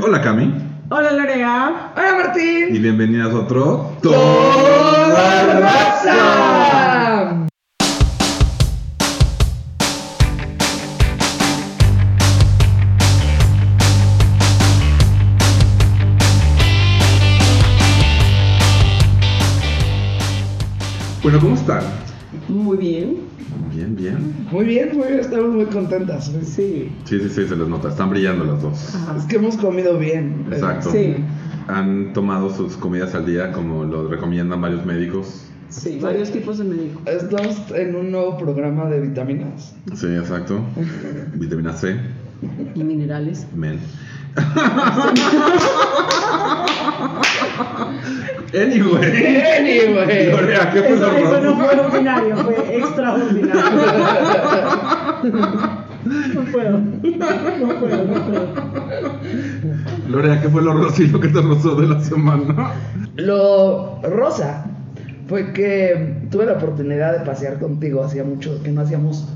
Hola Cami Hola Lorea. Hola Martín. y bienvenidas a otro ¡Toda Raza. raza! Bueno, ¿cómo están? Muy bien. Bien, bien. Muy bien, muy bien, estamos muy contentas. Sí. Sí, sí, sí, se les nota. Están brillando las dos. Ajá. Es que hemos comido bien. Exacto. Sí, Han tomado sus comidas al día como lo recomiendan varios médicos. sí, varios tipos de médicos. Estamos en un nuevo programa de vitaminas. Sí, exacto. Vitamina C. Minerales. Men. anyway. Anyway. Lorea, ¿qué Eso, eso pasó? no fue ordinario, fue extraordinario. No puedo. No puedo, no puedo. Lorea, ¿qué fue lo rocío que te rozó de la semana? Lo rosa fue que tuve la oportunidad de pasear contigo. Hacía mucho que no hacíamos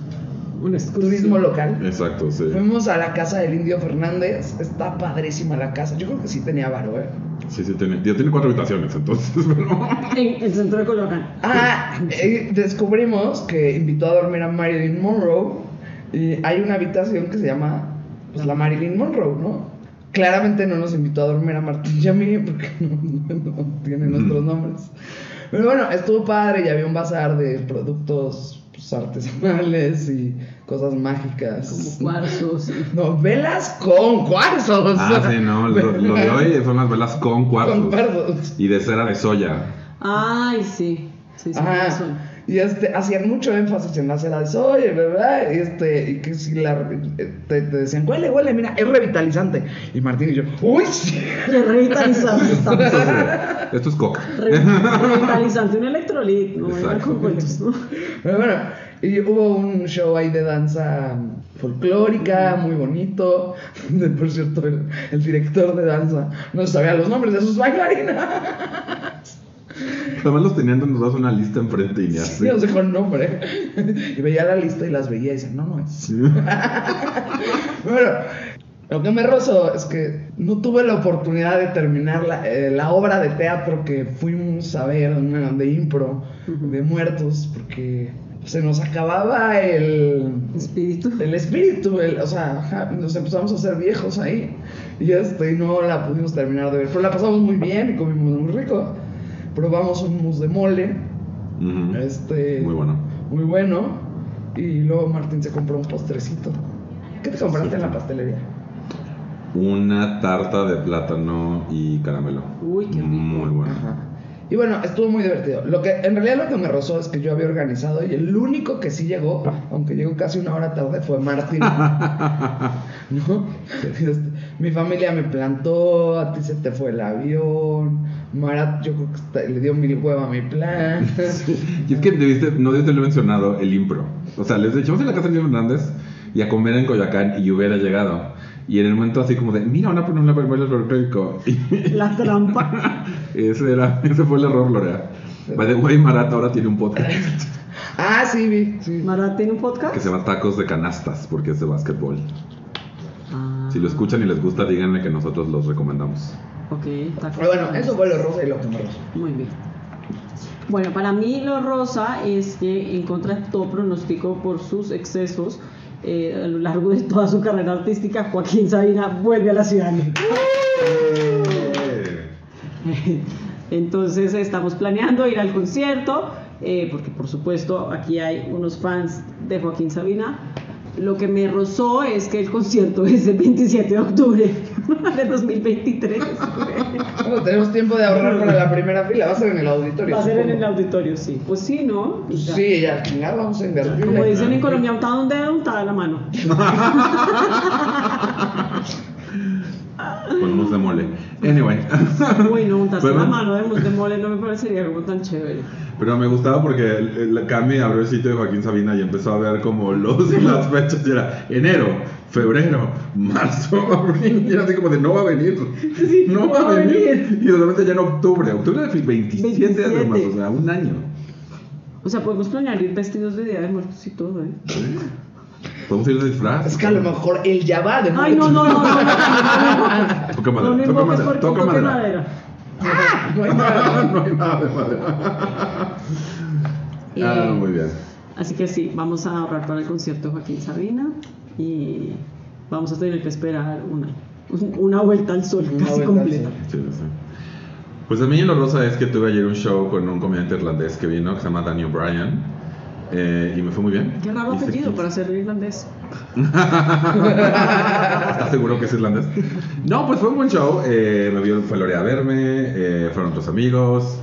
Un escudo. turismo local. Exacto, sí. Fuimos a la casa del Indio Fernández. Está padrísima la casa. Yo creo que sí tenía varo, ¿eh? Sí, sí, tiene, ya tiene cuatro habitaciones, entonces, pero... En el centro de Coyoacán. Ah, eh, descubrimos que invitó a dormir a Marilyn Monroe y hay una habitación que se llama pues, la Marilyn Monroe, ¿no? Claramente no nos invitó a dormir a Martín y a mí porque no, no tiene nuestros nombres. Pero bueno, estuvo padre y había un bazar de productos pues, artesanales y cosas Como mágicas. cuarzos. y- No, velas con cuarzos. Ah, sí, no, pues. lo, lo de hoy son las velas con Con cuarzos cuarzos. y de cera de soya. Ay, sí. Sí, sí, Ajá. eso. Y este, hacían mucho énfasis en la cera de soya, ¿verdad? Y, este, y que si la, te, te decían, huele, huele, mira, es revitalizante. Y Martín y yo, uy, sí. Qué revitalizante Esto estamos. es- esto es coca. Re- Revitalizante, un electrolit. No vengan Exacto. con cuentos, ¿no? Pero bueno, y hubo un show ahí de danza um, folclórica, muy bonito. donde, por cierto, el, el director de danza no sabía los nombres de sus bailarinas. Además los tenían dando una lista enfrente y ni así. Y nos dejó el nombre. Y veía la lista y las veía y decía, no, no es. Bueno, lo que me rozó es que no tuve la oportunidad de terminar la, eh, la obra de teatro que fuimos a ver una de impro de muertos porque se nos acababa el, Espíritu. el espíritu, el- o sea, ajá, nos empezamos a hacer viejos ahí y este, y no la pudimos terminar de ver, pero la pasamos muy bien y comimos muy rico, probamos un mousse de mole, Ujú. este, Muy bueno. muy bueno, y luego Martín se compró un postrecito. ¿Qué te compraste en la pastelería? Una tarta de plátano y caramelo. Uy, qué rico. Muy bueno. Ajá. Y bueno, estuvo muy divertido. Lo que en realidad lo que me rozó es que yo había organizado y el único que sí llegó, aunque llegó casi una hora tarde, fue Martín. ¿No? Este, Mi familia me plantó, a ti se te fue el avión, Marat yo creo que está- le dio mil hueva a mi plan. Y es que debiste- no debiste haber mencionado el impro. O sea, les echamos en la casa de Luis Hernández y a comer en Coyoacán y hubiera llegado. Y en el momento así como de, mira, una por una por folclórico. Y La trampa. ese, era, ese fue el error, Lorea. By the way, Marat ahora tiene un podcast Ah, sí, vi. sí. Mara tiene un podcast. que se llama Tacos de Canastas porque es de básquetbol. Ah, Si lo escuchan y les gusta, díganle que nosotros los recomendamos. Ok, está Pero bueno, eso fue lo rosa y lo que me rozó. Muy bien. Bueno, para mí lo rosa es que en contra de todo pronóstico por sus excesos, eh, a lo largo de toda su carrera artística, Joaquín Sabina vuelve a la ciudad. de México. Entonces estamos planeando ir al concierto, eh, porque por supuesto aquí hay unos fans de Joaquín Sabina. Lo que me rozó es que el concierto es el 27 de octubre de 2023. Bueno, tenemos tiempo de ahorrar para la primera fila, va a ser en el auditorio. Va a ser en el supongo. auditorio, sí. Pues sí, ¿no? Ya. Sí, ya, ya vamos a invertir. Como dicen en Colombia, untada un dedo, untada la mano. Con mousse de mole. Anyway. Bueno, untarse Bueno. la mano de mousse de mole no me parecería algo tan chévere. Pero me gustaba porque el, el- Cami abrió el sitio de Joaquín Sabina y empezó a ver como los y las fechas y era enero, febrero, marzo, abril. Y era así como de no va a venir. Sí, no va a venir. Y de repente ya en octubre. Octubre del 27, 27. además, o sea, un año. O sea, podemos planear ir vestidos de Día de Muertos y todo, ¿eh? Podemos ir de disfraz. Es que a lo mejor él ya va de Ay, no, no, no, no. no, no, no. Toca No, madera, toca no invoques madera, porque toca toqué madera. No hay nada. No hay nada de madera. Ah, Eh, muy bien. Así que sí, vamos a ahorrar para el concierto de Joaquín Sabina y vamos a tener que esperar una, una vuelta al sol Una casi vuelta completa. al Sí, lo sé. ¿eh? Pues a mí en lo rosa es que tuve ayer un show con un comediante irlandés que vino, que se llama Danny O'Brien, eh, y me fue muy bien. Qué raro Hice apellido 15. para ser irlandés. ¿Estás seguro que es irlandés? No, pues fue un buen show. eh, me vio, fue Lore a verme, eh, fueron otros amigos.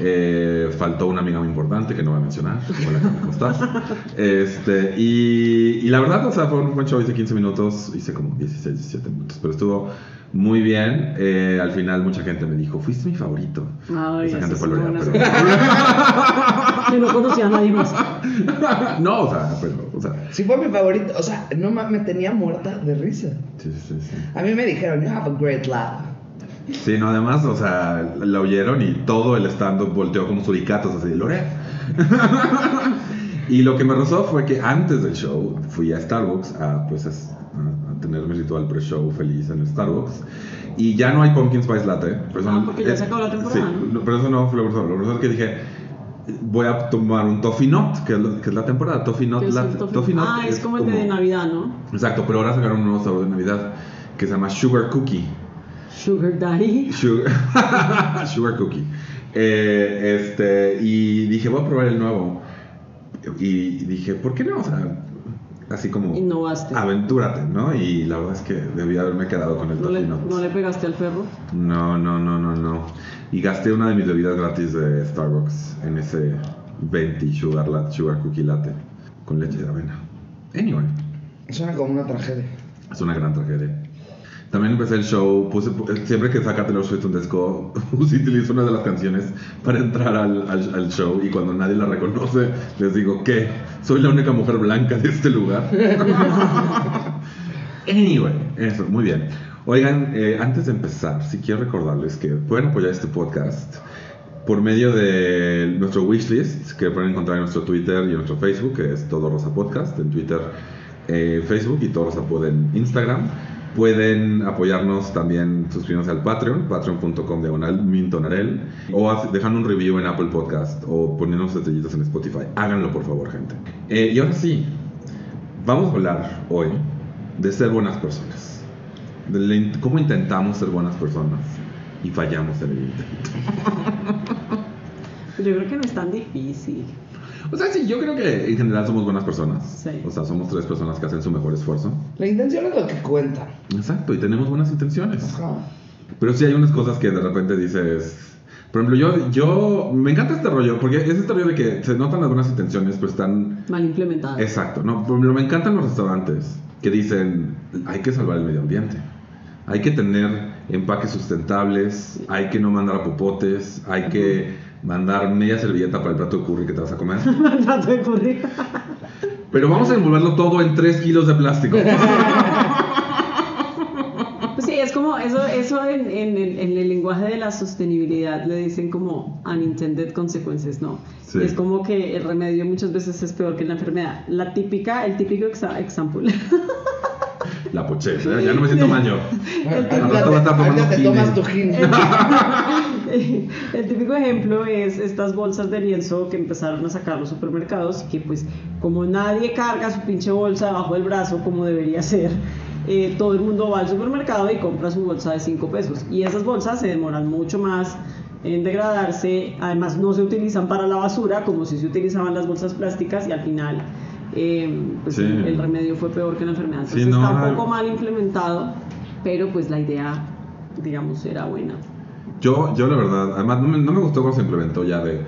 eh, faltó una amiga muy importante que no voy a mencionar. Hola, Cami, ¿cómo estás? Este, y, y la verdad, o sea, fue un buen show. Hice 15 minutos, hice como 16, 17 minutos, pero estuvo muy bien. eh, al final, mucha gente me dijo: Fuiste mi favorito. Ay, Esa gente eso fue es Lorea, una pero- Que no conocía a nadie más. no, o sea, pero, o sea, Sí fue mi favorito. O sea, no ma- me tenía muerta de risa. sí, sí, sí. A mí me dijeron, you have a great laugh. Sí, no, además, o sea, la oyeron y todo el stand-up volteó como suricatos, así, Lorea. y lo que me rozó fue que antes del show fui a Starbucks a, pues, a, a- a tener mi ritual pre-show feliz en Starbucks. Y ya no hay Pumpkin Spice Latte. Por eso Ah, no- porque ya se acabó la temporada, Sí, ¿no? no, pero eso no fue lo grosero. Lo grosero es que dije, voy a tomar un Toffee Nut, que es, lo- que es la temporada. Toffee Nut Que es el Latte. tofu- Toffee Nut ah, es como el de Navidad, ¿no? Exacto, pero ahora sacaron un nuevo sabor de Navidad que se llama Sugar Cookie. Sugar Daddy. Sugar, Sugar Cookie. Eh, este, y dije, voy a probar el nuevo. Y dije, ¿por qué no? O sea, así como, Innovaste. aventúrate, ¿no? Y la verdad es que debía haberme quedado con el No le, tocino. no le pegaste al perro. No, no, no, no, no. Y gasté una de mis bebidas gratis de Starbucks en ese 20 Sugar, la- sugar Cookie Latte con leche de avena. Anyway. Suena como una tragedia. Es una gran tragedia. También empecé el show, puse, siempre que saca Taylor Swift un disco, utilizo una de las canciones para entrar al, al- al show y cuando nadie la reconoce les digo que soy la única mujer blanca de este lugar. anyway, eso, muy bien. Oigan, eh, antes de empezar, sí quiero recordarles que pueden apoyar este podcast por medio de nuestro wishlist que pueden encontrar en nuestro Twitter y en nuestro Facebook, que es Todo Rosa Podcast, en Twitter, eh, Facebook y Todo Rosa Pod en Instagram. Pueden apoyarnos también suscribiéndose al Patreon, patreon.com diagonal mintonarel, o haz- dejando un review en Apple Podcast o poniéndonos estrellitas en Spotify. Háganlo, por favor, gente. Eh, y ahora sí, vamos a hablar hoy de ser buenas personas. De la in- cómo intentamos ser buenas personas y fallamos en el intento. Yo creo que no es tan difícil. O sea, sí, yo creo que en general somos buenas personas. Sí. O sea, somos tres personas que hacen su mejor esfuerzo. La intención es lo que cuenta. Exacto, y tenemos buenas intenciones. Ajá. Pero sí hay unas cosas que de repente dices... Por ejemplo, yo, yo... Me encanta este rollo, porque es este rollo de que se notan las buenas intenciones, pero están... Mal implementado. Exacto, no, por ejemplo, me encantan los restaurantes que dicen, hay que salvar el medio ambiente. Hay que tener empaques sustentables, hay que no mandar a popotes, hay que mandar media servilleta para el plato de curry que te vas a comer. Trato de correr. Pero vamos a envolverlo todo en 3 kilos de plástico. Pues sí, es como eso, eso en, en el- en el lenguaje de la sostenibilidad le dicen como unintended consequences, ¿no? Sí. Es como que el remedio muchas veces es peor que la enfermedad. La típica, el típico exa- example. La poché, ¿eh? ya no me siento mal yo. Ahorita rato va a estar te- ahorita tomando te tomas tu gin. El típico ejemplo es estas bolsas de lienzo que empezaron a sacar los supermercados y que pues como nadie carga su pinche bolsa bajo el brazo como debería ser, eh, todo el mundo va al supermercado y compra su bolsa de 5 pesos. Y esas bolsas se demoran mucho más en degradarse, además no se utilizan para la basura como si se utilizaban las bolsas plásticas y al final eh, pues, Sí. el remedio fue peor que la enfermedad. Sí, Entonces no, está un no. poco mal implementado, pero pues la idea digamos era buena. Yo, yo la verdad, además no me, no me gustó cómo se implementó ya de...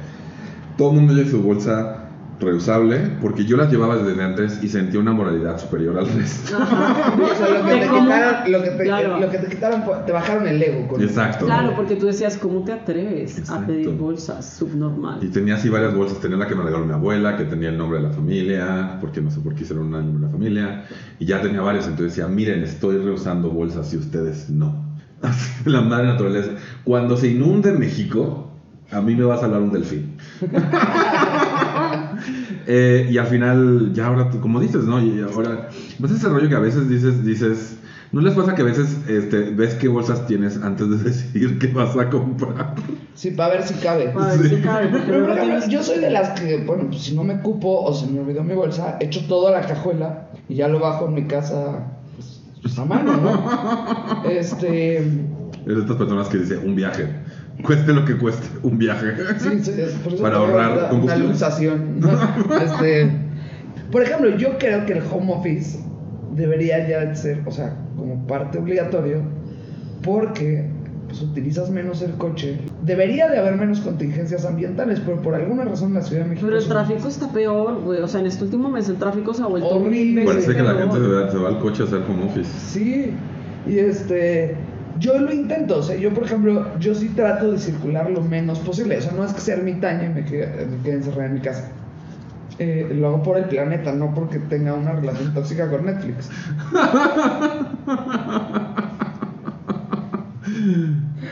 Todo el mundo lleva su bolsa reusable, porque yo las llevaba desde antes y sentía una moralidad superior al resto. O sea, lo que De te cómo- quitaron, lo que te, Claro. lo que te quitaron, fue- te bajaron el ego. Con Exacto. Claro, porque tú decías, ¿cómo te atreves a Exacto. pedir bolsas Y subnormal? tenía así varias bolsas. Tenía la que me regaló mi abuela, que tenía el nombre de la familia, porque no sé por qué hicieron una nombre de la familia. Y ya tenía varias. Entonces decía, miren, estoy reusando bolsas y ustedes no. la madre naturaleza. Cuando se inunde México, a mí me va a salvar un delfín. Eh, y al final, ya ahora, tú- como dices, ¿no? Y ahora, ¿ves ese rollo que a veces dices, dices, ¿no les pasa que a veces este, ves qué bolsas tienes antes de decidir qué vas a comprar? Sí, para ver si cabe. A ver, sí, claro, porque Pero, por luego ejemplo, tienes- yo soy de las que, bueno, pues, si no me cupo o se me olvidó mi bolsa, echo todo a la cajuela y ya lo bajo en mi casa pues, pues, a mano, ¿no? Este. Es de estas personas que dice, un viaje. Cueste lo que cueste, un viaje. Sí, sí, es- por eso Para tengo ahorrar una- una combustible. luxación. ¿no? Este, por ejemplo, yo creo que el home office debería ya ser, o sea, como parte obligatorio, porque pues, utilizas menos el coche. Debería de haber menos contingencias ambientales, pero por alguna razón la Ciudad de México. Pero el es un- tráfico está peor, güey. O sea, en este último mes el tráfico se ha vuelto Horrible. mil veces Parece que la peor. gente se va, se va al coche a hacer home office. Sí, y este, yo lo intento, o sea, yo por ejemplo, yo sí trato de circular lo menos posible, o sea, no es que sea ermitaña y me quede, me quede encerrada en mi casa. Eh, lo hago por el planeta, no porque tenga una relación tóxica con Netflix.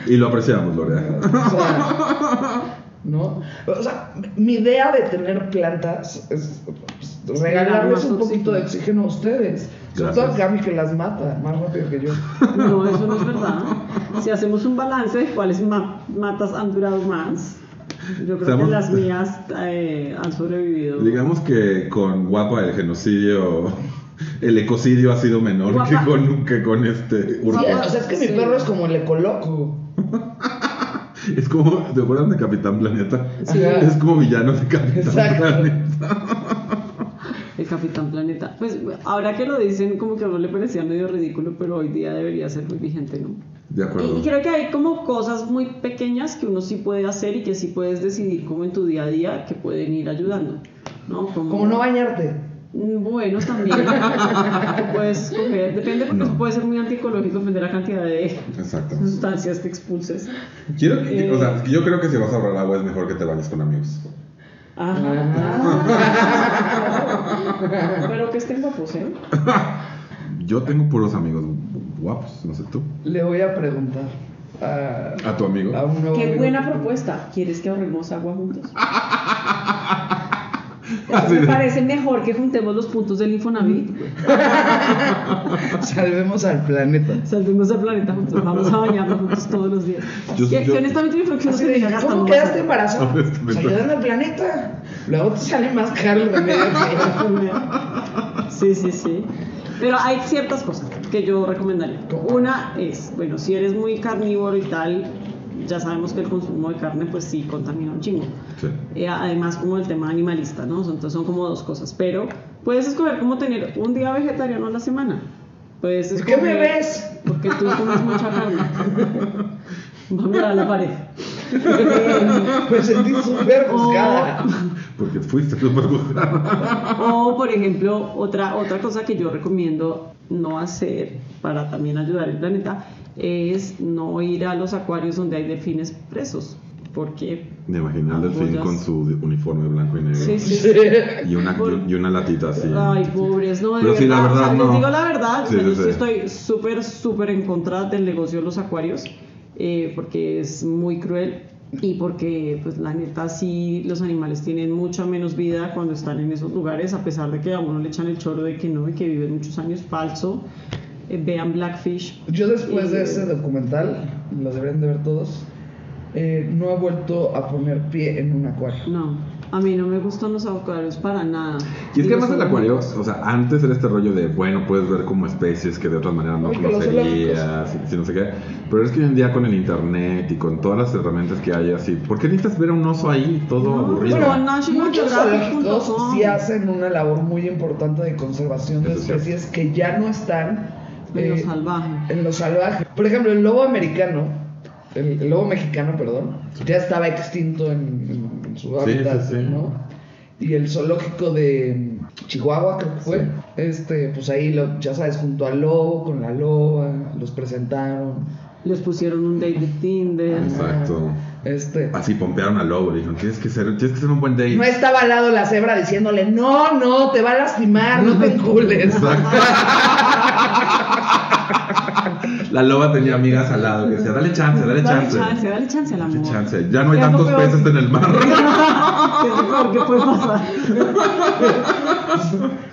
Y lo apreciamos, Lorea. O sea, ¿no? O sea, mi idea de tener plantas es pues, regalarles más un poquito de oxígeno a ustedes. Sobre todo a Gracias. Gaby que las mata más rápido que yo. No, eso no es verdad. Si hacemos un balance de cuáles ma- matas han durado más, yo creo Estamos- que las mías eh, han sobrevivido. Digamos que con Guapa el genocidio, el ecocidio ha sido menor Guapa. que con, que con este Sí, Urco. Ah, o sea, es que mi Sí. perro es como el ecoloco. Es como, ¿te acuerdas de Capitán Planeta? Sí. Es como villano de Capitán Exacto. Planeta. El Capitán Planeta. Pues ahora que lo dicen, como que a uno le parecía medio ridículo, pero hoy día debería ser muy vigente, ¿no? De Y, acuerdo. y creo que hay como cosas muy pequeñas que uno sí puede hacer y que sí puedes decidir como en tu día a día que pueden ir ayudando, ¿no? Como, Como no bañarte. Mm, Bueno, también. Tú puedes coger, depende porque No. puede ser muy antiecológico depende de la cantidad de Exacto. sustancias que expulses. Quiero, o sea, yo creo que si vas a ahorrar agua es mejor que te bañes con amigos. Ah. Pero que estén guapos, ¿eh? Yo tengo puros amigos guapos, no sé tú. Le voy a preguntar a, A tu amigo. a un nuevo Qué amigo. buena propuesta. ¿Quieres que ahorremos agua juntos? Eso Así me de- Mm. parece mejor que juntemos los puntos del Infonavit. Salvemos al planeta. Salvemos al planeta juntos. Vamos a bañarnos juntos todos los días. Yo- que, yo- que honestamente yo creo que no Así se de, debería gastar ¿Cómo más quedaste agua. embarazada? Pues ayudan al planeta. Luego te sale más caro el remedio que- Sí, sí, sí. Pero hay ciertas cosas que yo recomendaría. Una es, bueno, si eres muy carnívoro y tal, ya sabemos que el consumo de carne pues sí contamina un chingo. Sí. Eh, además como el tema animalista, ¿no? Entonces son como dos cosas. Pero puedes escoger como tener un día vegetariano a la semana. Puedes ¿Por Pues, qué me escoger- ves? Porque tú comes mucha carne. Va a mirar a la pared. Me sentí súper O- juzgada. Oh. Porque fuiste súper juzgada. O, por ejemplo, otra, otra cosa que yo recomiendo no hacer para también ayudar al planeta es no ir a los acuarios donde hay delfines presos. Porque. Me imaginé al delfín Ah, Joyas. con su uniforme blanco y negro. Sí, sí, sí. Y, una, Por- y una latita así. Ay, pobres, no, de Pero verdad. sí, la o sea, verdad, no. Les digo la verdad, Sí, o sea, sí, yo sí sí. estoy súper, súper en contra del negocio de los acuarios, eh, porque es muy cruel y porque, pues, la neta, sí, los animales tienen mucha menos vida cuando están en esos lugares, a pesar de que a uno le echan el choro de que no y que viven muchos años falso. Eh, vean Blackfish. Yo después de ese documental, lo deberían de ver todos, eh, no he vuelto a poner pie en un acuario. No, a mí no me gustan los acuarios para nada. Y es que Digo, además son el acuario, bonitos. o sea, antes era este rollo de, bueno, puedes ver como especies que de otras maneras no Ay, que los conocerías, y- si no sé qué. Pero es que hoy en día con el internet y con todas las herramientas que hay así, ¿por qué necesitas ver a un oso ahí todo No, aburrido? Pero Bueno, National muchos Geographic punto zoológicos com. sí hacen una labor muy importante de conservación de Eso es cierto. especies que ya no están En lo eh, salvaje. en lo salvaje. Por ejemplo, el lobo americano, el, el lobo mexicano, perdón, ya estaba extinto en, en- en su Sí, hábitat, sí, sí. ¿no? Y el zoológico de mm, Chihuahua, creo que fue, Sí. este, pues ahí, lo, ya sabes, junto al lobo, con la loba, los presentaron. Les pusieron un date de Tinder. Exacto. Este, Así pompearon al lobo, le dijeron, tienes que ser, tienes que ser un buen date. no estaba al lado la cebra diciéndole, no, no, te va a lastimar, no te encules. Exacto. La loba tenía amigas al lado que decía, dale chance, dale Dale chance. chance, dale chance al amor. Dale chance. Ya no hay Es lo tantos peor. peces en el mar. Es lo peor que puede pasar.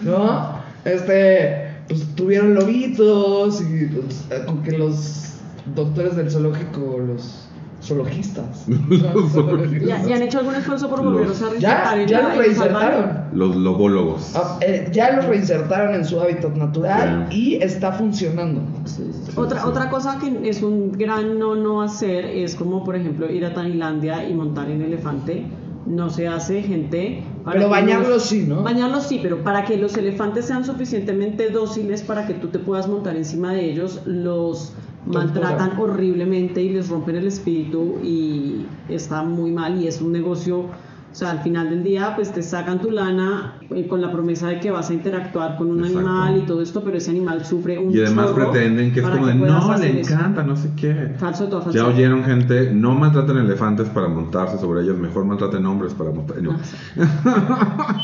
¿no? Este, pues tuvieron lobitos y pues, con que los doctores del zoológico, los zoologistas. Los zoologistas. ¿Ya, ya han hecho algún esfuerzo por Los- volverlos a reinsertar? Ya, en ya la- los en Salvador? reinsertaron. Los lobólogos. Ah, eh, ya los reinsertaron en su hábitat natural y está funcionando. Sí, sí. Sí, Otra, sí. otra cosa que es un gran no no hacer es como por ejemplo ir a Tailandia y montar en elefante. No se hace, gente. para Pero que bañarlos los- sí, ¿no? Bañarlos sí, pero para que los elefantes sean suficientemente dóciles para que tú te puedas montar encima de ellos, los maltratan horriblemente y les rompen el espíritu y está muy mal y es un negocio, o sea, al final del día pues te sacan tu lana eh, con la promesa de que vas a interactuar con un Exacto. animal y todo esto, pero ese animal sufre un Y además chorro pretenden que es para como de, puedas no, hacer le eso". encanta, no sé qué. Falso de toda Ya falsedad. oyeron gente, no maltraten elefantes para montarse sobre ellos, mejor maltraten hombres para montar. no.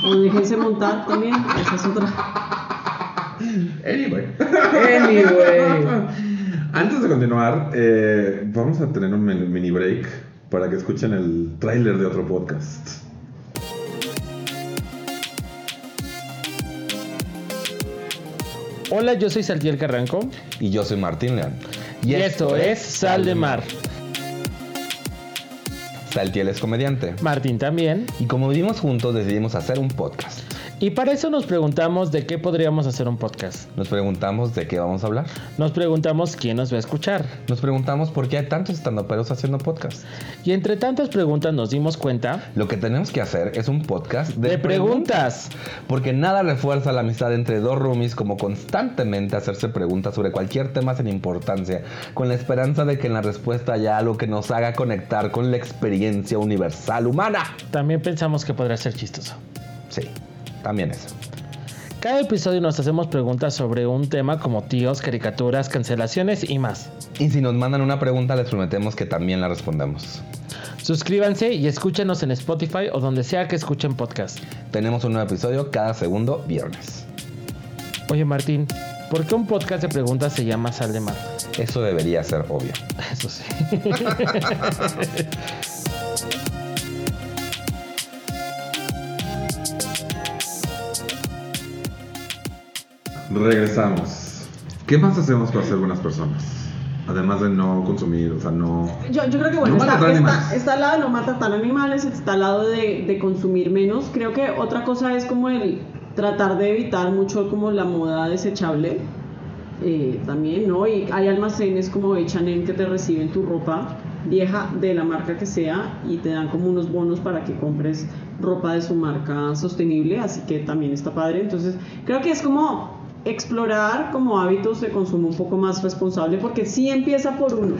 O déjense montar también, esa es otra. Anyway. Anyway. Antes de continuar, eh, vamos a tener un men- mini break para que escuchen el tráiler de otro podcast. Hola, yo soy Saltiel Carranco Y yo soy Martín León. y, esto es Sal de Mar. Saltiel es comediante. Martín también. Y como vivimos juntos, decidimos hacer un podcast. Y para eso nos preguntamos de qué podríamos hacer un podcast. Nos preguntamos de qué vamos a hablar. Nos preguntamos quién nos va a escuchar. Nos preguntamos por qué hay tantos estandoperos haciendo podcast. Y entre tantas preguntas nos dimos cuenta Lo que tenemos que hacer es un podcast de, preguntas. Porque nada refuerza la amistad entre dos roomies como constantemente hacerse preguntas sobre cualquier tema sin importancia, con la esperanza de que en la respuesta haya algo que nos haga conectar con la experiencia universal humana. También pensamos que podría ser chistoso. Sí, también eso. Cada episodio nos hacemos preguntas sobre un tema como tíos, caricaturas, cancelaciones y más. Y si nos mandan una pregunta, les prometemos que también la respondemos. Suscríbanse y escúchenos en Spotify o donde sea que escuchen podcast. Tenemos un nuevo episodio cada segundo viernes. Oye Martín, ¿por qué un podcast de preguntas se llama Sal de Mar? Eso debería ser obvio. Eso sí. Regresamos. ¿Qué más hacemos para ser buenas personas? Además de no consumir, o sea, no... Yo, yo creo que bueno, No está, maltratar está- animales. está al lado de no maltratar animales, está al lado de, de consumir menos. Creo que otra cosa es como el tratar de evitar mucho como la moda desechable. eh, también, ¿no? Y hay almacenes como H&M que te reciben tu ropa vieja de la marca que sea y te dan como unos bonos para que compres ropa de su marca sostenible, así que también está padre. Entonces, creo que es como explorar como hábitos de consumo un poco más responsable porque sí empieza por uno.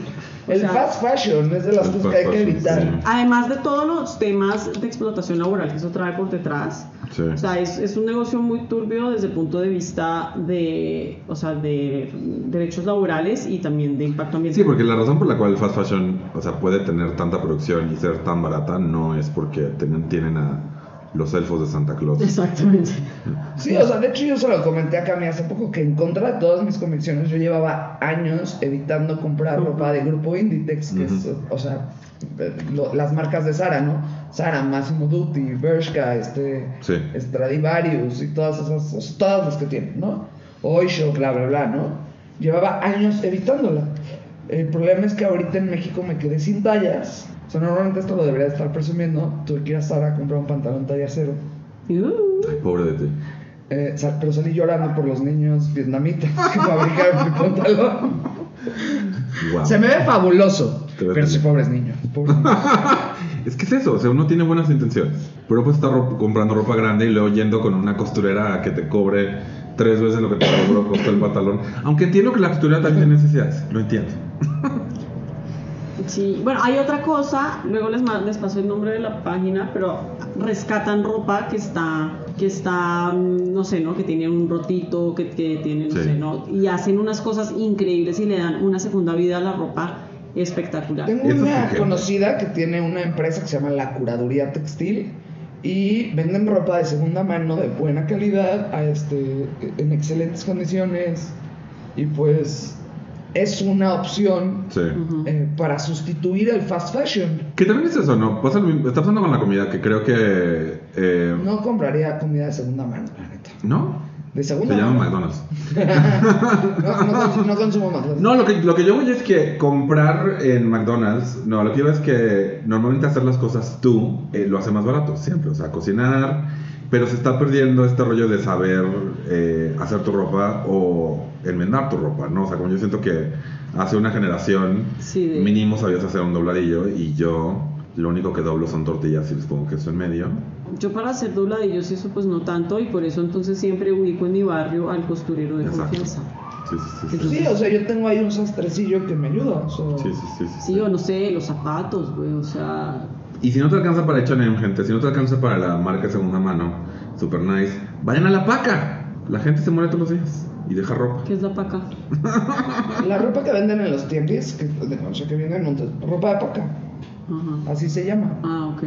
O El sea, fast fashion es de las El cosas fast que hay que fashion, evitar. sí. Además de todos los temas de explotación laboral que eso trae por detrás, Sí. o sea, es, es un negocio muy turbio desde el punto de vista de, o sea, de derechos laborales y también de impacto ambiental. Sí, porque la razón por la cual el fast fashion, o sea, puede tener tanta producción y ser tan barata no es porque tienen, tienen a los elfos de Santa Claus. Exactamente. Sí, o sea, de hecho yo se lo comenté a Cami hace poco que en contra de todas mis convicciones yo llevaba años evitando comprar ropa de grupo Inditex, que es, Ujú. o sea, eh, lo- las marcas de Sara, ¿no? Sara, Massimo Dutti, Bershka, este, Sí. Stradivarius y todas esas, o sea, todas las que tienen, ¿no? Oysho, bla, bla, bla, ¿no? Llevaba años evitándola. El problema es que ahorita en México me quedé sin tallas. O sea, normalmente esto lo debería estar presumiendo. Tuve que ir a Sara a comprar un pantalón talla cero. Uh, Ay, pobre de ti. Eh, sal- pero salí llorando por los niños vietnamitas que fabricaron mi pantalón. Wow. Se me ve fabuloso. Te ves Pero bien. sí, pobres niños. pobres niños. Es que es eso, o sea, uno tiene buenas intenciones, pero pues está ro- comprando ropa grande y luego yendo con una costurera a que te cobre tres veces lo que te cobró costó el pantalón. Aunque entiendo que la costurera también tiene necesidades, lo entiendo. sí. Bueno, hay otra cosa, luego les, ma- les paso el nombre de la página, pero rescatan ropa que está, que está, mm, no sé, ¿no? Que tiene un rotito, que, que tiene, no Sí. sé, ¿no? Y hacen unas cosas increíbles y le dan una segunda vida a la ropa espectacular. Tengo Eso es una urgente. conocida que tiene una empresa que se llama La Curaduría Textil y venden ropa de segunda mano de buena calidad, a este, en excelentes condiciones. Y pues es una opción Sí. eh, para sustituir el fast fashion. Que también es eso, ¿no? Pasa lo mismo- está pasando con la comida, que creo que... eh, No compraría comida de segunda mano, la neta. ¿No? De Se segunda llama mano. McDonald's. No, no, cons- no consumo McDonald's. No, lo que, lo que yo voy es que comprar en McDonald's, no, lo que yo es que normalmente hacer las cosas tú eh, lo hace más barato, siempre, o sea, cocinar, pero se está perdiendo este rollo de saber eh, hacer tu ropa o enmendar tu ropa, ¿no? O sea, como yo siento que hace una generación Sí, de- mínimo sabías hacer un dobladillo y yo lo único que doblo son tortillas y les pongo queso en medio. Yo para hacer dobladillos y eso pues no tanto y por eso entonces siempre ubico en mi barrio al costurero de Exacto. confianza. Sí, sí, sí. sí. Pues Sí, o sea, yo tengo ahí un sastrecillo que me ayuda. o sea, Sí, sí, sí, sí, Sí, o no sé, los zapatos, güey, o sea, Y si no te alcanza para H&M, gente, si no te alcanza para la marca segunda mano, super nice, vayan a la paca. La gente se muere todos los días y deja ropa. ¿qué es la paca? La ropa que venden en los tianguis, que, de- o sea, que vienen montes, ropa de paca, Ajá. así se llama. Ah, ok.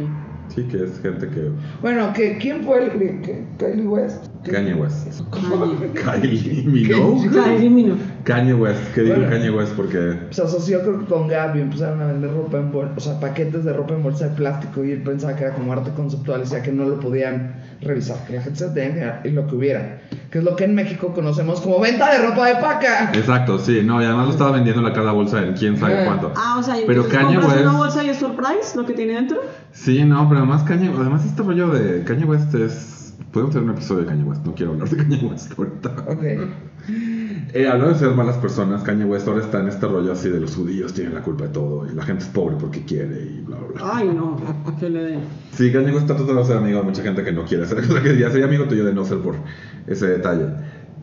Sí, que es gente que Bueno, que, ¿quién fue el que- que- Kanye West? Que- Kanye West. Kanye. Kylie Minogue. Kylie Minogue. Kanye West, ¿qué digo Bueno. Kanye West? Porque Se asoció creo que con Gap y empezaron a vender ropa en bolsa, o sea, paquetes de ropa en bolsa de plástico y él pensaba que era como arte conceptual, decía que no lo podían revisar, que la gente se tenía que dar y lo que hubiera, que es lo que en México conocemos como venta de ropa de paca. exacto, sí, no, y además lo estaba vendiendo la cada bolsa en quién sabe Ah. cuánto. Ah, o sea, ¿y Pero entonces Kanye compras West- una bolsa y es surprise lo que tiene dentro? Sí, no, pero además Kanye, además este rollo de Kanye West es podemos tener un episodio de Kanye West, no quiero hablar de Kanye West ahorita. Ok. Eh, hablando de ser malas personas, Kanye West ahora está en este rollo así de los judíos tienen la culpa de todo y la gente es pobre porque quiere y bla, bla, bla. Ay, no, que le den. Sí, Kanye West está tratando de ser amigo de mucha gente que no quiere ser, o sea, que ya sería amigo tuyo de no ser por ese detalle.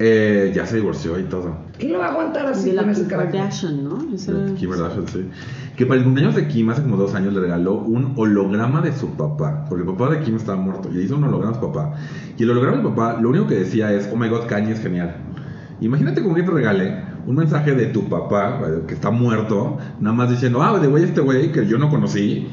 Eh, ya se divorció y todo. ¿Quién lo va a aguantar así De la con ese Kim carácter? Kardashian, ¿no? Esa- De Kim Kardashian, sí. Que para el cumpleaños de Kim hace como dos años le regaló un holograma de su papá, porque el papá de Kim estaba muerto y le hizo un holograma a su papá. Y el holograma del papá lo único que decía es, oh my god, Kanye es genial. Imagínate como que te regale un mensaje de tu papá, eh, que está muerto, nada más diciendo, ah, de güey este güey que yo no conocí,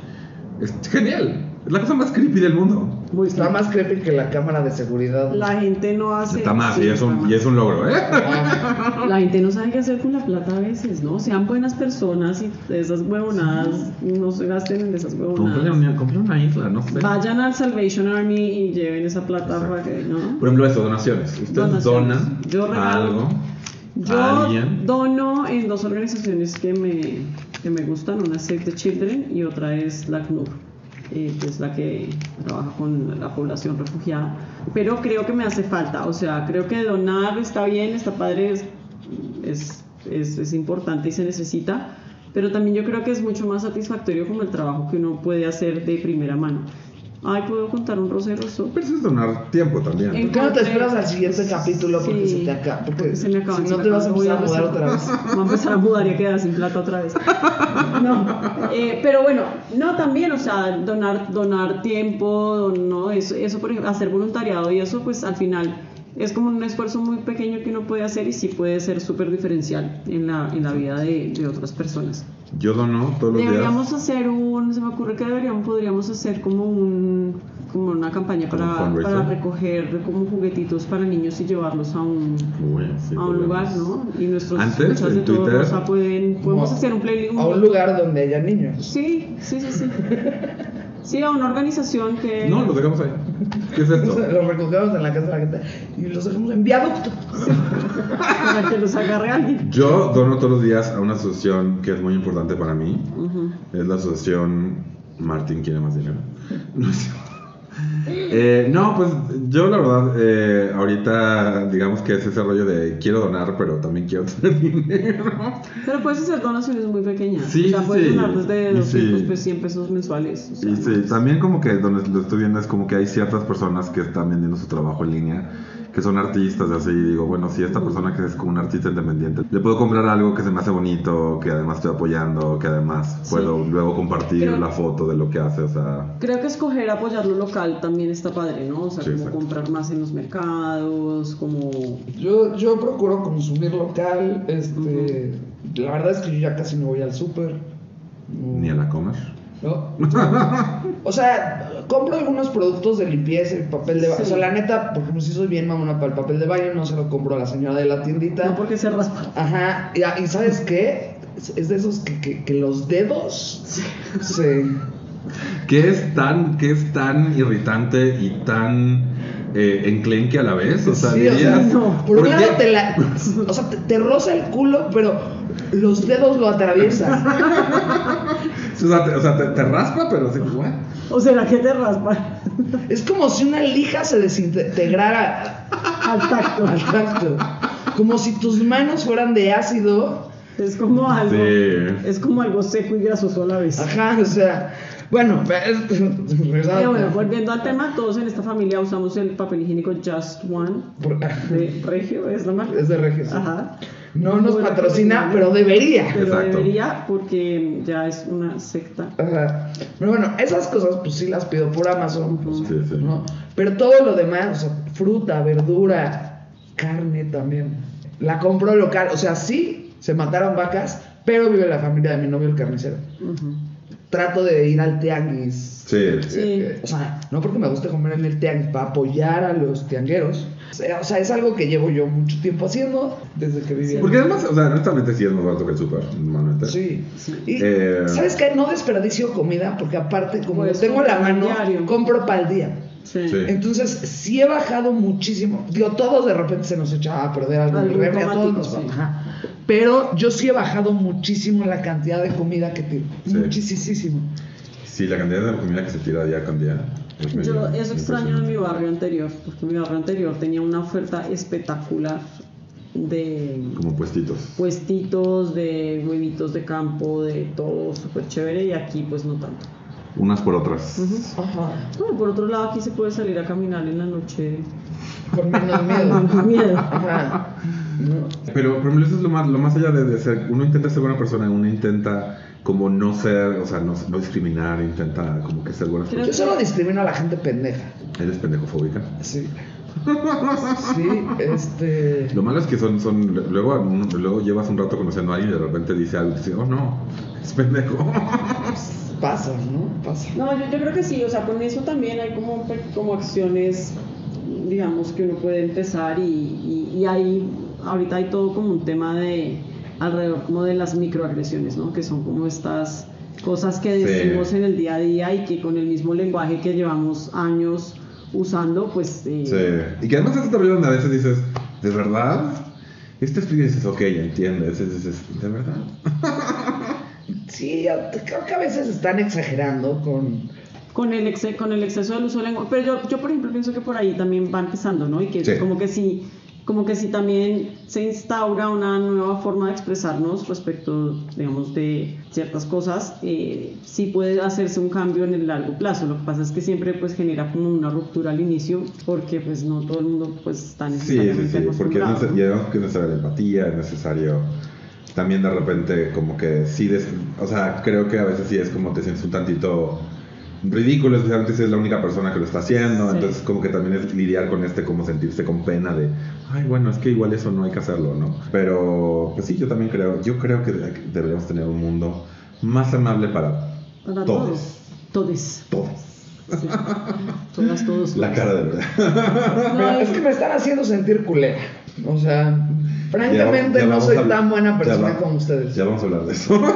es genial. Es la cosa más creepy del mundo. Muy Está bien. más creepy que la cámara de seguridad. La gente no hace. Está más, sí, y, es está un, más. y es un logro, ¿eh? Ah, La gente no sabe qué hacer con la plata a veces, ¿no? Sean buenas personas y de esas huevonadas no se gasten en esas Compré huevonadas. una, compré una isla, no sé. Vayan al Salvation Army y lleven esa plata Exacto. para que, ¿no? Por ejemplo, eso, donaciones. Ustedes Donaciones. donan Yo regalo. algo. a Yo alguien. dono en dos organizaciones que me, que me gustan, una es Save the Children y otra es la CNUR, eh, que es la que trabaja con la población refugiada. Pero creo que me hace falta, o sea, creo que donar está bien, está padre, es, es, es- es importante y se necesita, pero también yo creo que es mucho más satisfactorio como el trabajo que uno puede hacer de primera mano. Ay, ¿puedo contar un roce roso? Pero eso es donar tiempo también. En- ¿Por qué no te esperas al siguiente capítulo porque Sí, se te acaba? Porque, porque se me acaba. si no te vas a empezar a mudar otra vez. Voy a empezar a mudar y a quedar sin plata otra vez. No, eh, pero bueno, no también, o sea, donar, donar tiempo, don- no, eso, eso por ejemplo, hacer voluntariado y eso, pues al final es como un esfuerzo muy pequeño que uno puede hacer y sí puede ser súper diferencial en la, en la vida de, de otras personas. Yo dono todos los Deberíamos días. hacer un, se me ocurre que deberíamos, podríamos hacer como un, como una campaña ¿Como para, un fundraiser? para recoger como juguetitos para niños y llevarlos a un, Uy, sí, a un lugar, volvemos. ¿no? Y nuestros Antes, escuchas en de todo Twitter- Rosa pueden, podemos hacer un playlist. A un lugar donde haya niños. Sí, sí, sí, sí. Sí, a una organización que... No, lo dejamos ahí. ¿Qué es esto? Entonces, Los recogemos en la casa de la gente y los dejamos en viaducto. Para que los agarre alguien. Yo dono todos los días a una asociación que es muy importante para mí. Ujú. Es la asociación Martín quiere más dinero. No, es cierto. Eh, no, pues yo la verdad, eh, ahorita digamos que es ese rollo de quiero donar, pero también quiero tener dinero. Pero puedes hacer donaciones muy pequeñas. Sí, o sea, sí, puedes sí. donar desde Y 200, sí. pues 100 pesos mensuales. o sea, Y sí, no. también como que donde lo estoy viendo es como que hay ciertas personas que están vendiendo su trabajo en línea, que son artistas, así, y digo, bueno, si esta persona que es como un artista independiente, le puedo comprar algo que se me hace bonito, que además estoy apoyando, que además Sí. puedo luego compartir Creo- la foto de lo que hace, o sea, Creo que escoger apoyar lo local también está padre, ¿no? O sea, Sí, como exacto. comprar más en los mercados, como... Yo, yo procuro consumir local. Este, La verdad es que yo ya casi no voy al súper. No. ni a la comer. ¿no? O sea, compro algunos productos de limpieza y papel de baño. Sí. O sea, la neta, por ejemplo, si soy bien mamona para el papel de baño, no se lo compro a la señora de la tiendita. No porque se raspa. Ajá, y, ah, y ¿sabes qué? Es- Es de esos que, que- que los dedos se... que es tan, que es tan irritante y tan eh, enclenque a la vez. O sea, Sí, o sea, dirías, no. Por un ¿por lado qué? te la... O sea, te, te roza el culo, pero los dedos lo atraviesan. O sea, te, o sea, te- te raspa, pero así, ¿what? ¿O será que te raspa? Es como si una lija se desintegrara Al tacto. al tacto. Como si tus manos fueran de ácido. Es como algo. Sí. Es como algo seco y grasoso a la vez. Ajá, o sea... Bueno, es- Pero bueno, volviendo al tema, todos en esta familia usamos el papel higiénico Just One Por- de Regio, es la marca. Es de Regis. Ajá. No nos Muy patrocina, recomendable. pero debería. Pero Exacto. debería porque ya es una secta. Ajá. Pero bueno, esas cosas pues sí las pido por Amazon, pues, Sí, sí. ¿no? Pero todo lo demás, o sea, fruta, verdura, carne también. La compro local, o sea, sí se mataron vacas, pero vive la familia de mi novio el carnicero. Ujú. Trato de ir al tianguis. Sí. Sí. Eh, eh, o sea, no porque me guste comer en el tianguis, para apoyar a los tiangueros. O sea, o sea, es algo que llevo yo mucho tiempo haciendo desde que vivía. Porque además, o sea, honestamente sí es más barato que el súper, normalmente. Sí. Y, Eh, ¿Sabes qué? No desperdicio comida porque aparte como Pues, lo tengo en la compras mano, diario. compro para el día. Sí. Sí. Entonces, sí he bajado muchísimo. Digo, todos de repente se nos echaba a perder algo. Algo horrible, a todos nos automático, sí. ajá. Pero yo sí he bajado muchísimo la cantidad de comida que tiro. Sí. Muchísimo. Sí, la cantidad de comida que se tira día con día. es Yo medio eso extraño en mi impresionante. barrio anterior, porque mi barrio anterior tenía una oferta espectacular de Como puestitos. puestitos, de huevitos de campo, de todo súper chévere y aquí pues no tanto. Unas por otras. Ajá. No, por otro lado aquí se puede salir a caminar en la noche Con menos miedo. con miedo. Ajá. No. Pero, pero eso es lo más, lo más allá de, de ser. Uno intenta ser buena persona, uno intenta como no ser, o sea, no, no discriminar, intenta como que ser buena Creo- persona. Yo solo discrimino a la gente pendeja. Eres pendejofóbica. Sí. Sí, este... Lo malo es que son, son luego, luego llevas un rato conociendo a alguien y de repente dice algo y dices, oh no, es pendejo. Pasa, ¿no? Pasa. No, yo, yo creo que sí, o sea, con eso también hay como, pe- como acciones, digamos, que uno puede empezar y, y, y hay, ahorita hay todo como un tema de alrededor como de las microagresiones, ¿no? Que son como estas cosas que Sí. decimos en el día a día y que con el mismo lenguaje que llevamos años usando, pues... eh, Sí. Y que además es también donde a veces dices, ¿de verdad? Este es y dices, ok, ya entiendo. Ese dices, ¿de verdad? Sí, yo te- creo que a veces están exagerando con... con el, exce- con el exceso del uso de lengua. Pero yo, yo, por ejemplo, pienso que por ahí también va empezando, ¿no? Y que Sí. como que sí, como que sí también se instaura una nueva forma de expresarnos respecto, digamos, de ciertas cosas, eh, sí puede hacerse un cambio en el largo plazo. Lo que pasa es que siempre pues genera como una ruptura al inicio, porque pues no todo el mundo pues está Sí, sí, necesariamente sí, porque es acostumbrado, nece- ¿no? y además que es necesaria la empatía, es necesario también de repente como que sí, des- o sea, creo que a veces sí es como te sientes un tantito ridículo, especialmente si es la única persona que lo está haciendo, Sí. entonces como que también es lidiar con este como sentirse con pena de, ay, bueno, es que igual eso no hay que hacerlo, ¿no? Pero pues sí, yo también creo, yo creo que de- deberíamos tener un mundo más amable para Para todos. todos. Todes. todos. sí. Todas, todos. La todes. cara de verdad. No, es que me están haciendo sentir culera. O sea, francamente Ya va- ya no vamos soy a hablar- tan buena ya persona va- como ustedes. Ya vamos a hablar de eso.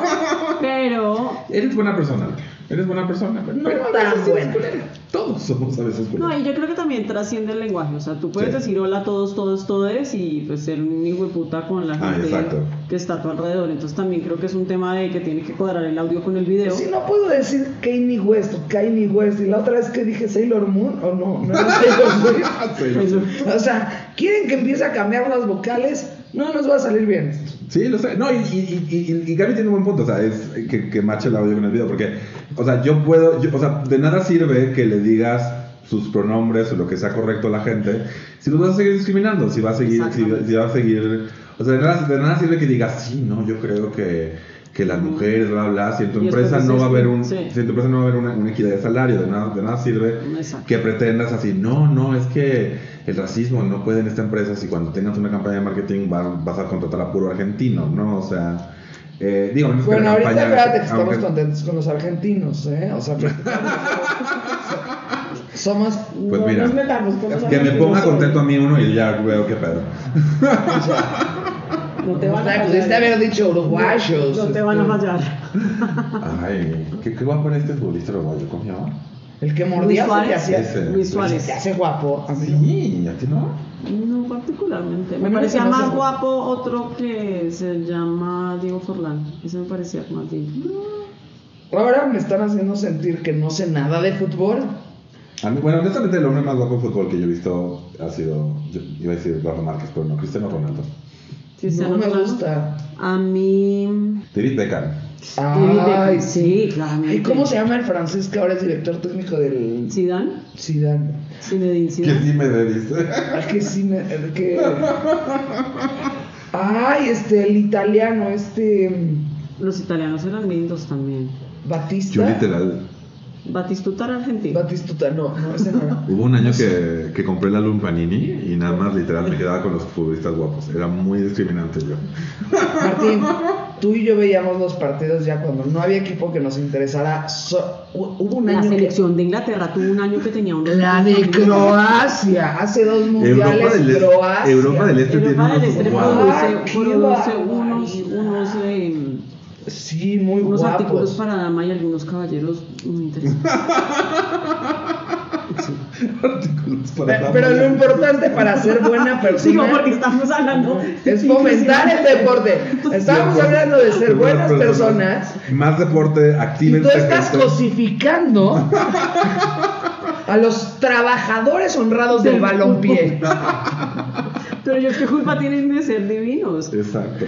Pero Eres buena persona. Eres buena persona. Pero, No a tan veces sí eres buena. culera. Todos somos a veces No, culeros. y yo creo que también trasciende el lenguaje. O sea, tú puedes Sí. decir hola a todos, todos, todes y pues ser un hijo de puta con la Ah, gente exacto. que está a tu alrededor. Entonces también creo que es un tema de que tiene que cuadrar el audio con el video. Si no puedo decir Kanye West o Kanye West, y la otra vez que dije Sailor Moon, o no, no era Sailor Moon. Ah, sí, Eso. lo sé. O sea, ¿quieren que empiece a cambiar las vocales? No nos va a salir bien. Sí, lo sé. No, y, y, y, y- y Gaby tiene un buen punto. O sea, es que, que mache el audio con el video. Porque, o sea, yo puedo. yo- o sea, de nada sirve que le digas sus pronombres o lo que sea correcto a la gente si los vas a seguir discriminando. Si va a seguir. Si, Exactamente. si va a seguir. O sea, de nada, de nada sirve que digas, sí, no, yo creo que, que las mujeres, bla, bla. Si en tu Y después empresa no dices, va a haber un. sí. Si en tu empresa no va a haber una, una equidad de salario, de nada, de nada sirve. Exacto. que pretendas así, no, no, es que el racismo no puede en esta empresa si cuando tengas una campaña de marketing va- vas a contratar a puro argentino, ¿no? O sea, Eh, digo, a menos que Bueno, la ahorita campaña- fíjate que estamos aunque- contentos con los argentinos, ¿eh? O sea, somos. Pues no mira, nos metamos con los Que me amigos. ponga contento a mí uno y ya veo qué pedo. No te O van a sea, fallar. pudiste haber dicho uruguayos. No te van a este, fallar. Ay, ¿qué, qué guapo era este futbolista uruguayo? ¿Cómo se llama? El que mordía Luis Suárez. se te Ese. hacía. Luis Suárez. Se hace guapo. A mí. Sí, ¿a ti no? No particularmente. A mí Me me parecía conoce. más guapo otro que se llama Diego Forlán. Ese me parecía más bien. Ahora me están haciendo sentir que no sé nada de fútbol. A mí- bueno, honestamente el hombre más guapo de fútbol que yo he visto ha sido, yo iba a decir Rafa Márquez, pero no, Cristiano Ronaldo. Cristiano no me Ronaldo. gusta. A mí. David Beckham. David Ay, Beckham, sí. sí, claramente. ¿Y cómo se llama el francés que ahora es director técnico del Zidane. Zidane? Zinedine Que Zidane. sí me dé, dice. Ah, que sí me- el que- Ay, este, el italiano, este. mm, Los italianos eran lindos también. Batista. Yo literal, Batistuta era argentino. Batistuta, no, no, ese no era. hubo un año que, que compré la álbum Panini y nada más literal me quedaba con los futbolistas guapos. Era muy discriminante yo. Martín, tú y yo veíamos los partidos ya cuando no había equipo que nos interesara. so- hu- hubo un La año. que- selección de Inglaterra tuvo un año que tenía unos. La de Croacia, hace dos Europa mundiales. del, Este- Croacia. Europa del Este Europa del tiene Este unos guapos. guapos. produce, Ah, qué produce unos, barbaridad. unos, eh, Sí, muy unos artículos guapos. para dama y algunos caballeros muy interesantes. Sí. artículos para Pe- la Pero moda. lo importante para ser buena Digo, persona porque estamos hablando. es fomentar el deporte. Estábamos Deporte. hablando de ser buenas personas Más deporte, y activen tú estás cosificando a los trabajando honrados del Del balompié. este- Pero yo qué culpa tienen de ser divinos. Exacto.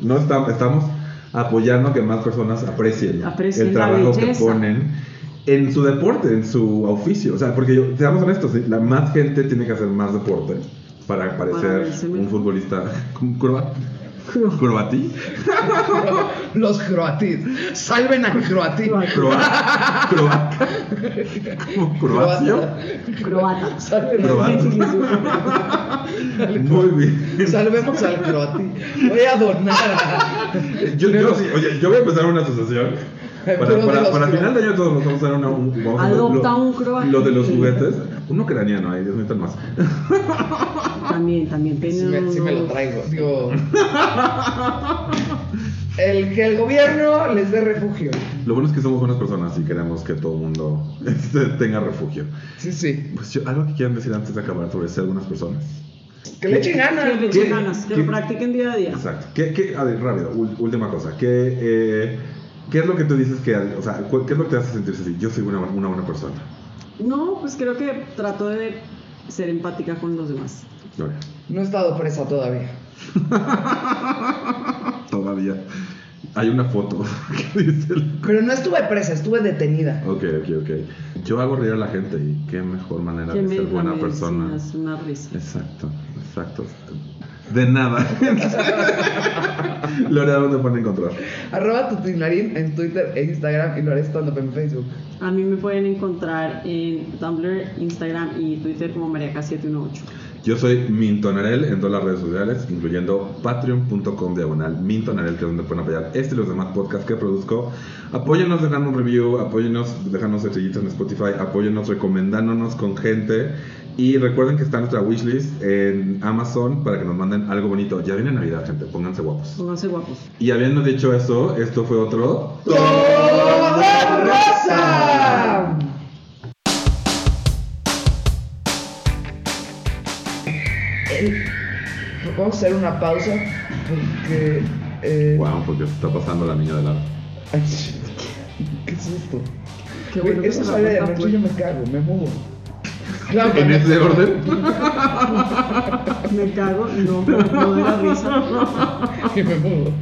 No está- estamos apoyando que más personas aprecien, Aprecien el la trabajo que belleza. ponen en su deporte, en su oficio. O sea, porque yo- seamos honestos, la más gente tiene que hacer más deporte para parecer verse un mejor. futbolista ¿cómo? croa- Cro- croatí. Los croatis. Salven a croatí. Croa- croa- ¿cómo? croacio. Croata. Salven a Croata. Muy bien. Salvemos al croati. Voy a donar. Yo, yo sí, oye, yo voy a empezar una asociación. Para, Pero de para, los para cro- final de año todos nos vamos a dar una. un- vamos a hacer Adopta lo- un croata. Lo de los juguetes. Uno ucraniano, ahí, Dios mío, tan más. También, también Si me, tienen. sí me lo unos- traigo, digo. El que el gobierno les dé refugio. Lo bueno es que somos buenas personas y queremos que todo el mundo este, tenga refugio. Sí, sí. Pues yo, algo que quieran decir antes de acabar sobre ser buenas personas. Que le echen Que ganas. le ¿Qué? echen ganas, que ¿Qué? lo practiquen día a día. Exacto. ¿Qué, qué- a ver, rápido, ul- última cosa. ¿Qué, eh, ¿Qué es lo que tú dices que. O sea, cu- ¿qué es lo que te hace sentirse así? Yo soy una, una buena persona. No, pues creo que trato de ser empática con los demás. Gloria. No he estado presa todavía. Todavía. Hay una foto que dice. el- Pero no estuve presa, estuve detenida. Ok, ok, ok. Yo hago reír a la gente y qué mejor manera Que de me ser buena persona. Es una risa. Exacto, exacto. De nada. Lorena, ¿dónde pueden encontrar? Arroba tutinarín en Twitter e Instagram y lo haré stand up en Facebook. A mí me pueden encontrar en Tumblr, Instagram y Twitter como mariaca718. Yo soy Mintonarel en todas las redes sociales, incluyendo patreon.com diagonal Mintonarel, que es donde pueden apoyar este y los demás podcasts que produzco. Apóyennos dejando un review, apóyennos dejando estrellitas en Spotify, apóyennos recomendándonos con gente. Y recuerden que está nuestra wishlist en Amazon para que nos manden algo bonito. Ya viene Navidad, gente, pónganse guapos. Pónganse guapos. Y habiendo dicho eso, esto fue otro. ¡Toda rosa! El- Vamos a hacer una pausa porque. eh, Wow, porque está pasando la niña de lado. ay, ¡Qué susto! Qué bueno que Eso se la sale de boca, noche pues. yo me cago, me mudo. Claro, ¿En ese orden? Me cago, no, no de la risa. y me mudo.